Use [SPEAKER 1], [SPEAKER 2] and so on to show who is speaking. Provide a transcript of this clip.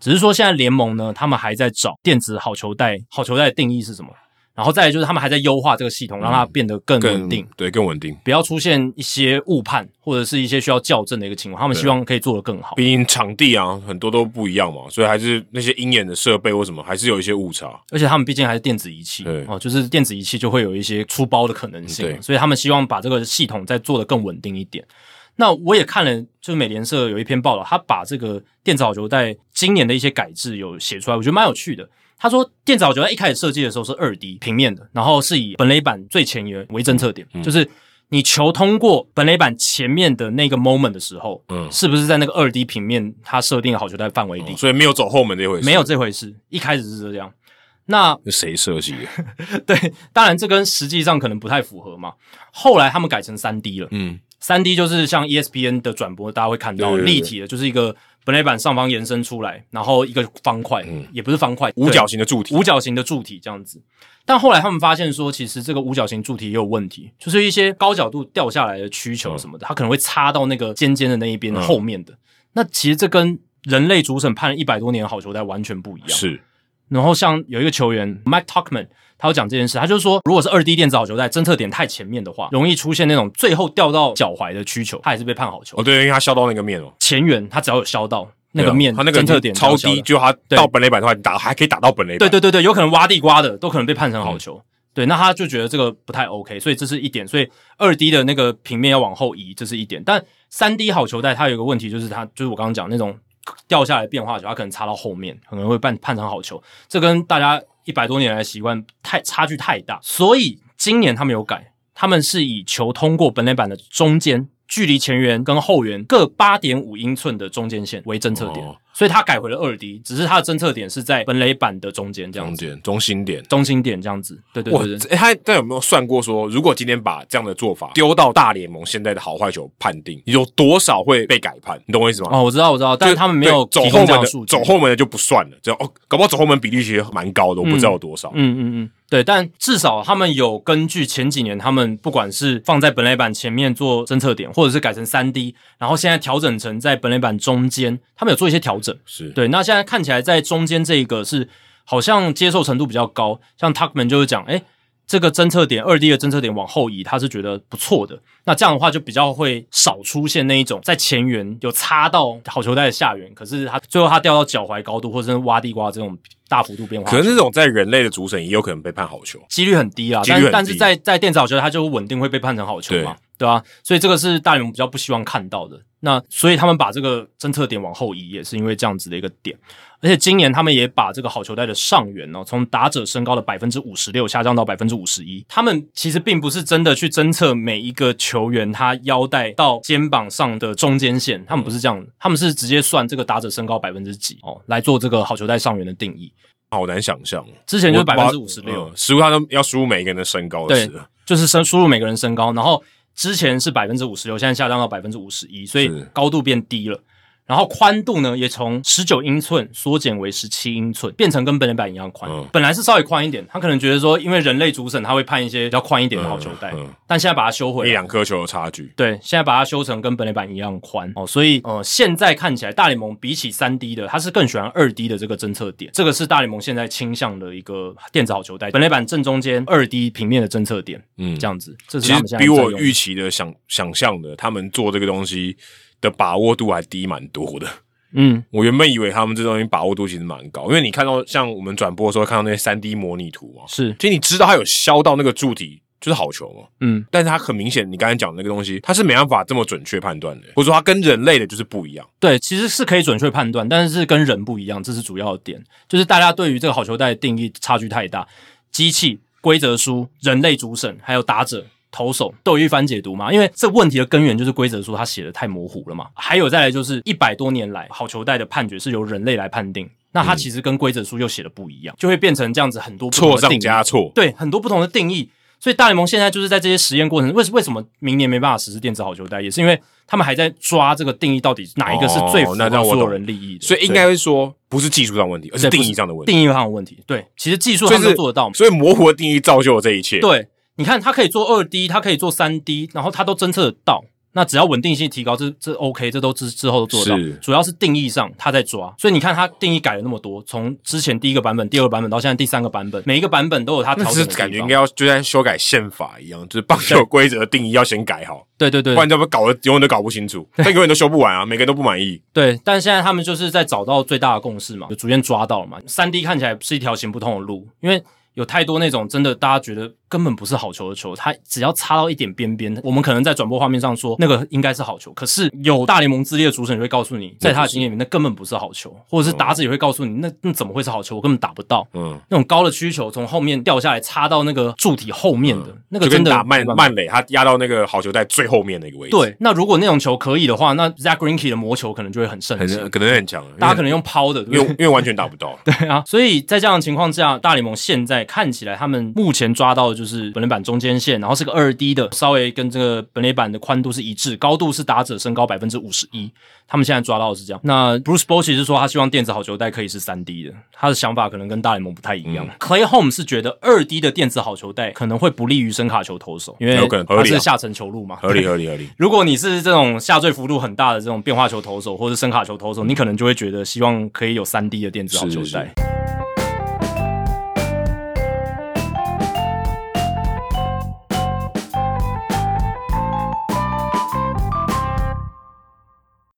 [SPEAKER 1] 只是说现在联盟呢，他们还在找电子好球带，好球带的定义是什么？然后再来就是他们还在优化这个系统，让它变得更
[SPEAKER 2] 更
[SPEAKER 1] 稳定，
[SPEAKER 2] 对，更稳定。
[SPEAKER 1] 不要出现一些误判或者是一些需要校正的一个情况。他们希望可以做得更好。
[SPEAKER 2] 毕竟场地啊，很多都不一样嘛，所以还是那些鹰眼的设备或什么，还是有一些误差。
[SPEAKER 1] 而且他们毕竟还是电子仪器
[SPEAKER 2] 对嗯
[SPEAKER 1] 哦，就是电子仪器就会有一些出包的可能
[SPEAKER 2] 对
[SPEAKER 1] 性，所以他们希望把这个系统再做得更稳定一点。那我也看了，就是美联社有一篇报道，他把这个电子好球带今年的一些改制有写出来，我觉得蛮有趣的。他说，电子好球带一开始设计的时候是二 D 平面的，然后是以本垒板最前沿为侦测点，
[SPEAKER 2] 嗯
[SPEAKER 1] 就是你球通过本垒板前面的那个 moment 的时候，
[SPEAKER 2] 嗯
[SPEAKER 1] 是不是在那个二 D 平面它设定的好球带范围里？
[SPEAKER 2] 哦所以没有走后门这回事。
[SPEAKER 1] 没有这回事，一开始是这样。那
[SPEAKER 2] 那谁设计的？
[SPEAKER 1] 嗯对，当然这跟实际上可能不太符合嘛。后来他们改成三 D 了，
[SPEAKER 2] 嗯，
[SPEAKER 1] 三 D 就是像 E ESPN 的转播，大家会看到
[SPEAKER 2] 对对对
[SPEAKER 1] 立体的，就是一个本垒板上方延伸出来，然后一个方块，也不是方块，
[SPEAKER 2] 嗯五角
[SPEAKER 1] 对
[SPEAKER 2] 形的柱体。
[SPEAKER 1] 五角形的柱体这样子。但后来他们发现说，其实这个五角形柱体也有问题，就是一些高角度掉下来的曲球什么的，它可能会插到那个尖尖的那一边、
[SPEAKER 2] 嗯
[SPEAKER 1] 后面的。那其实这跟人类主审判了一百多年的好球带完全不一样。
[SPEAKER 2] 是，
[SPEAKER 1] 然后像有一个球员 Mike Tuckman，他有讲这件事，他就是说，如果是二 D 电子好球带侦测点太前面的话，容易出现那种最后掉到脚踝的曲球，他也是被判好球。
[SPEAKER 2] 哦，对，因为他削到那个面哦，
[SPEAKER 1] 前缘他只要有削到那
[SPEAKER 2] 对
[SPEAKER 1] 个
[SPEAKER 2] 啊
[SPEAKER 1] 面，
[SPEAKER 2] 他那个
[SPEAKER 1] 侦测点
[SPEAKER 2] 超
[SPEAKER 1] 就有
[SPEAKER 2] 低，
[SPEAKER 1] 削到
[SPEAKER 2] 就他
[SPEAKER 1] 对
[SPEAKER 2] 到本垒板的话，你打还可以打到本垒板。
[SPEAKER 1] 对对对对，有可能挖地瓜的都可能被判成好球。对，那他就觉得这个不太 OK，所以这是一点。所以二 D 的那个平面要往后移，这是一点。但三 D 好球带它有一个问题，就是它就是我刚刚讲那种掉下来的变化球，它可能插到后面，可能会判判成好球。这跟大家一百多年来的习惯太差距太大，所以今年他们有改，他们是以球通过本垒板的中间。距离前缘跟后缘各八点五英寸的中间线为侦测点，
[SPEAKER 2] 哦
[SPEAKER 1] 所以它改回了二 D，只是它的侦测点是在本垒板的中间这样
[SPEAKER 2] 中
[SPEAKER 1] 子。
[SPEAKER 2] 间中心点。
[SPEAKER 1] 中心点这样子，对对
[SPEAKER 2] 嗯哇
[SPEAKER 1] 对，对，
[SPEAKER 2] 诶他他有没有算过说，如果今天把这样的做法丢到大联盟现在的好坏球判定，有多少会被改判？你懂我意思吗？
[SPEAKER 1] 哦，我知道我知道，但是
[SPEAKER 2] 就
[SPEAKER 1] 他们没有
[SPEAKER 2] 对
[SPEAKER 1] 提
[SPEAKER 2] 走后
[SPEAKER 1] 供这
[SPEAKER 2] 门
[SPEAKER 1] 样
[SPEAKER 2] 的
[SPEAKER 1] 的数据，
[SPEAKER 2] 走后门的就不算了，这样哦，搞不好走后门比例其实蛮高的，我不知道有多少。
[SPEAKER 1] 嗯嗯嗯，对，但至少他们有根据前几年他们不管是放在本垒板前面做侦测点，或者是改成三 D，然后现在调整成在本垒板中间，他们有做一些调整。
[SPEAKER 2] 是
[SPEAKER 1] 对，那现在看起来在中间这一个是好像接受程度比较高，像 Tuckman 就是讲，诶，这个侦测点二 D 的侦测点往后移，他是觉得不错的。那这样的话就比较会少出现那一种在前缘有擦到好球带的下缘，可是他最后他掉到脚踝高度或者是挖地瓜这种大幅度变化
[SPEAKER 2] 可。能那种在人类的主审也有可能被判好球，
[SPEAKER 1] 几率很低啦，
[SPEAKER 2] 几率
[SPEAKER 1] 但
[SPEAKER 2] 很低
[SPEAKER 1] 但是在在电子好球，它就稳定会被判成好球嘛，对吧、所以这个是大联盟比较不希望看到的。那所以他们把这个侦测点往后移，也是因为这样子的一个点。而且今年他们也把这个好球带的上缘哦，从打者身高的百分之五十六下降到百分之五十一。他们其实并不是真的去侦测每一个球员他腰带到肩膀上的中间线，他们不是这
[SPEAKER 2] 嗯
[SPEAKER 1] 样的，他们是直接算这个打者身高百分之几哦，来做这个好球带上缘的定义。
[SPEAKER 2] 好难想象。
[SPEAKER 1] 之前就是百分之五十六，
[SPEAKER 2] 输他都要输每一个人的身高的
[SPEAKER 1] 对
[SPEAKER 2] 事了，
[SPEAKER 1] 就是身输入每个人身高，然后之前是百分之五十六，现在下降到百分之五十一，所以
[SPEAKER 2] 是
[SPEAKER 1] 高度变低了。然后宽度呢，也从十九英寸缩减为十七英寸，变成跟本垒板一样宽。
[SPEAKER 2] 嗯
[SPEAKER 1] 本来是稍微宽一点，他可能觉得说，因为人类主审他会判一些比较宽一点的好球带，
[SPEAKER 2] 嗯嗯
[SPEAKER 1] 但现在把它修回
[SPEAKER 2] 一
[SPEAKER 1] 来，
[SPEAKER 2] 两颗球的差距。
[SPEAKER 1] 对，现在把它修成跟本垒板一样宽哦，所以呃，现在看起来大联盟比起三 D 的，它是更喜欢二 D 的这个侦测点，这个是大联盟现在倾向的一个电子好球带，本垒板正中间二 D 平面的侦测点，
[SPEAKER 2] 嗯
[SPEAKER 1] 嗯，这样子，这是
[SPEAKER 2] 其
[SPEAKER 1] 他们
[SPEAKER 2] 实
[SPEAKER 1] 现在
[SPEAKER 2] 比
[SPEAKER 1] 在
[SPEAKER 2] 我
[SPEAKER 1] 用的
[SPEAKER 2] 预期的想想象的，他们做这个东西的把握度还低蛮多的。
[SPEAKER 1] 嗯
[SPEAKER 2] 我原本以为他们这东西把握度其实蛮高，因为你看到像我们转播的时候看到那些三 D 模拟图嘛，
[SPEAKER 1] 是
[SPEAKER 2] 其实你知道它有削到那个柱体就是好球啊嘛，
[SPEAKER 1] 嗯
[SPEAKER 2] 但是它很明显，你刚才讲的那个东西，它是没办法这么准确判断的，或者说它跟人类的就是不一样。
[SPEAKER 1] 对，其实是可以准确判断，但是跟人不一样，这是主要的点，就是大家对于这个好球带的定义差距太大，机器规则书、人类主审还有打者。投手都有一番解读嘛，因为这问题的根源就是规则书它写的太模糊了嘛。还有再来就是一百多年来好球带的判决是由人类来判定，那
[SPEAKER 2] 嗯
[SPEAKER 1] 它其实跟规则书又写的不一样，就会变成这样子很多不同的
[SPEAKER 2] 错上
[SPEAKER 1] 定义
[SPEAKER 2] 加错，
[SPEAKER 1] 对很多不同的定义。所以大联盟现在就是在这些实验过程，为为什么明年没办法实施电子好球带，也是因为他们还在抓这个定义到底哪一个是最符
[SPEAKER 2] 哦那那
[SPEAKER 1] 合
[SPEAKER 2] 我
[SPEAKER 1] 所有
[SPEAKER 2] 懂
[SPEAKER 1] 人利益的，
[SPEAKER 2] 所以应该是说不是技术上的问题，而是
[SPEAKER 1] 对
[SPEAKER 2] 定
[SPEAKER 1] 不
[SPEAKER 2] 义上的问题。
[SPEAKER 1] 定义上的问题。对，其实技术
[SPEAKER 2] 所
[SPEAKER 1] 他
[SPEAKER 2] 以
[SPEAKER 1] 们都
[SPEAKER 2] 是
[SPEAKER 1] 做得到嘛。
[SPEAKER 2] 所以模糊的定义造就了这一切。，
[SPEAKER 1] 对，你看它可以做二 D，它可以做三 D，然后它都侦测得到。那只要稳定性提高，这这 OK，这都之之后都做得
[SPEAKER 2] 是
[SPEAKER 1] 到。主要是定义上他在抓，所以你看他定义改了那么多，从之前第一个版本、第二个版本到现在第三个版本，每一个版本都有他
[SPEAKER 2] 那
[SPEAKER 1] 调
[SPEAKER 2] 只
[SPEAKER 1] 整
[SPEAKER 2] 是
[SPEAKER 1] 的地
[SPEAKER 2] 感觉应
[SPEAKER 1] 方
[SPEAKER 2] 该要就像修改宪法一样，就是棒球规则定义要先改好，
[SPEAKER 1] 对对对
[SPEAKER 2] 不然这不搞得永远都搞不清楚，但永远都修不完啊，每个人都不满意。
[SPEAKER 1] 对，但现在他们就是在找到最大的共识嘛，就逐渐抓到了嘛。三 D 看起来是一条行不通的路，因为有太多那种真的大家觉得根本不是好球的球，它只要擦到一点边边，我们可能在转播画面上说那个应该是好球，可是有大联盟资历的主审就会告诉你，在他的经验里面那根本不是好球，或者是打者也会告诉你那那怎么会是好球，我根本打不到。
[SPEAKER 2] 嗯，
[SPEAKER 1] 那种高的曲球从后面掉下来插到那个柱体后面的、那个
[SPEAKER 2] 嗯就跟
[SPEAKER 1] 真的
[SPEAKER 2] 打曼
[SPEAKER 1] 没办法
[SPEAKER 2] 曼垒，他压到那个好球带最后面那个位置，，
[SPEAKER 1] 对，那如果那种球可以的话，那 Zach Greinke 的魔球可能就会很盛行
[SPEAKER 2] 很，可能很强，
[SPEAKER 1] 大家可能
[SPEAKER 2] 能
[SPEAKER 1] 用抛的，对不
[SPEAKER 2] 因为
[SPEAKER 1] 对
[SPEAKER 2] 因为完全打不到。
[SPEAKER 1] 对啊，所以在这样的情况之下，大联盟现在看起来，他们目前抓到的就是本垒板中间线，然后是个二 D 的，稍微跟这个本垒板的宽度是一致，高度是打者身高百分之五十一。他们现在抓到的是这样。那 Bruce Bochy 是说他希望电子好球带可以是三 D 的，他的想法可能跟大联盟不太
[SPEAKER 2] 嗯
[SPEAKER 1] 一样。Clay Holmes 是觉得二 D 的电子好球带可能会不利于声卡球投手，因为
[SPEAKER 2] 有可能合
[SPEAKER 1] 它
[SPEAKER 2] 理啊
[SPEAKER 1] 是下沉球路嘛，
[SPEAKER 2] 合理合理合理，
[SPEAKER 1] 如果你是这种下坠幅度很大的这种变化球投手或者声卡球投手，你可能就会觉得希望可以有三 D 的电子好球
[SPEAKER 2] 是是
[SPEAKER 1] 带。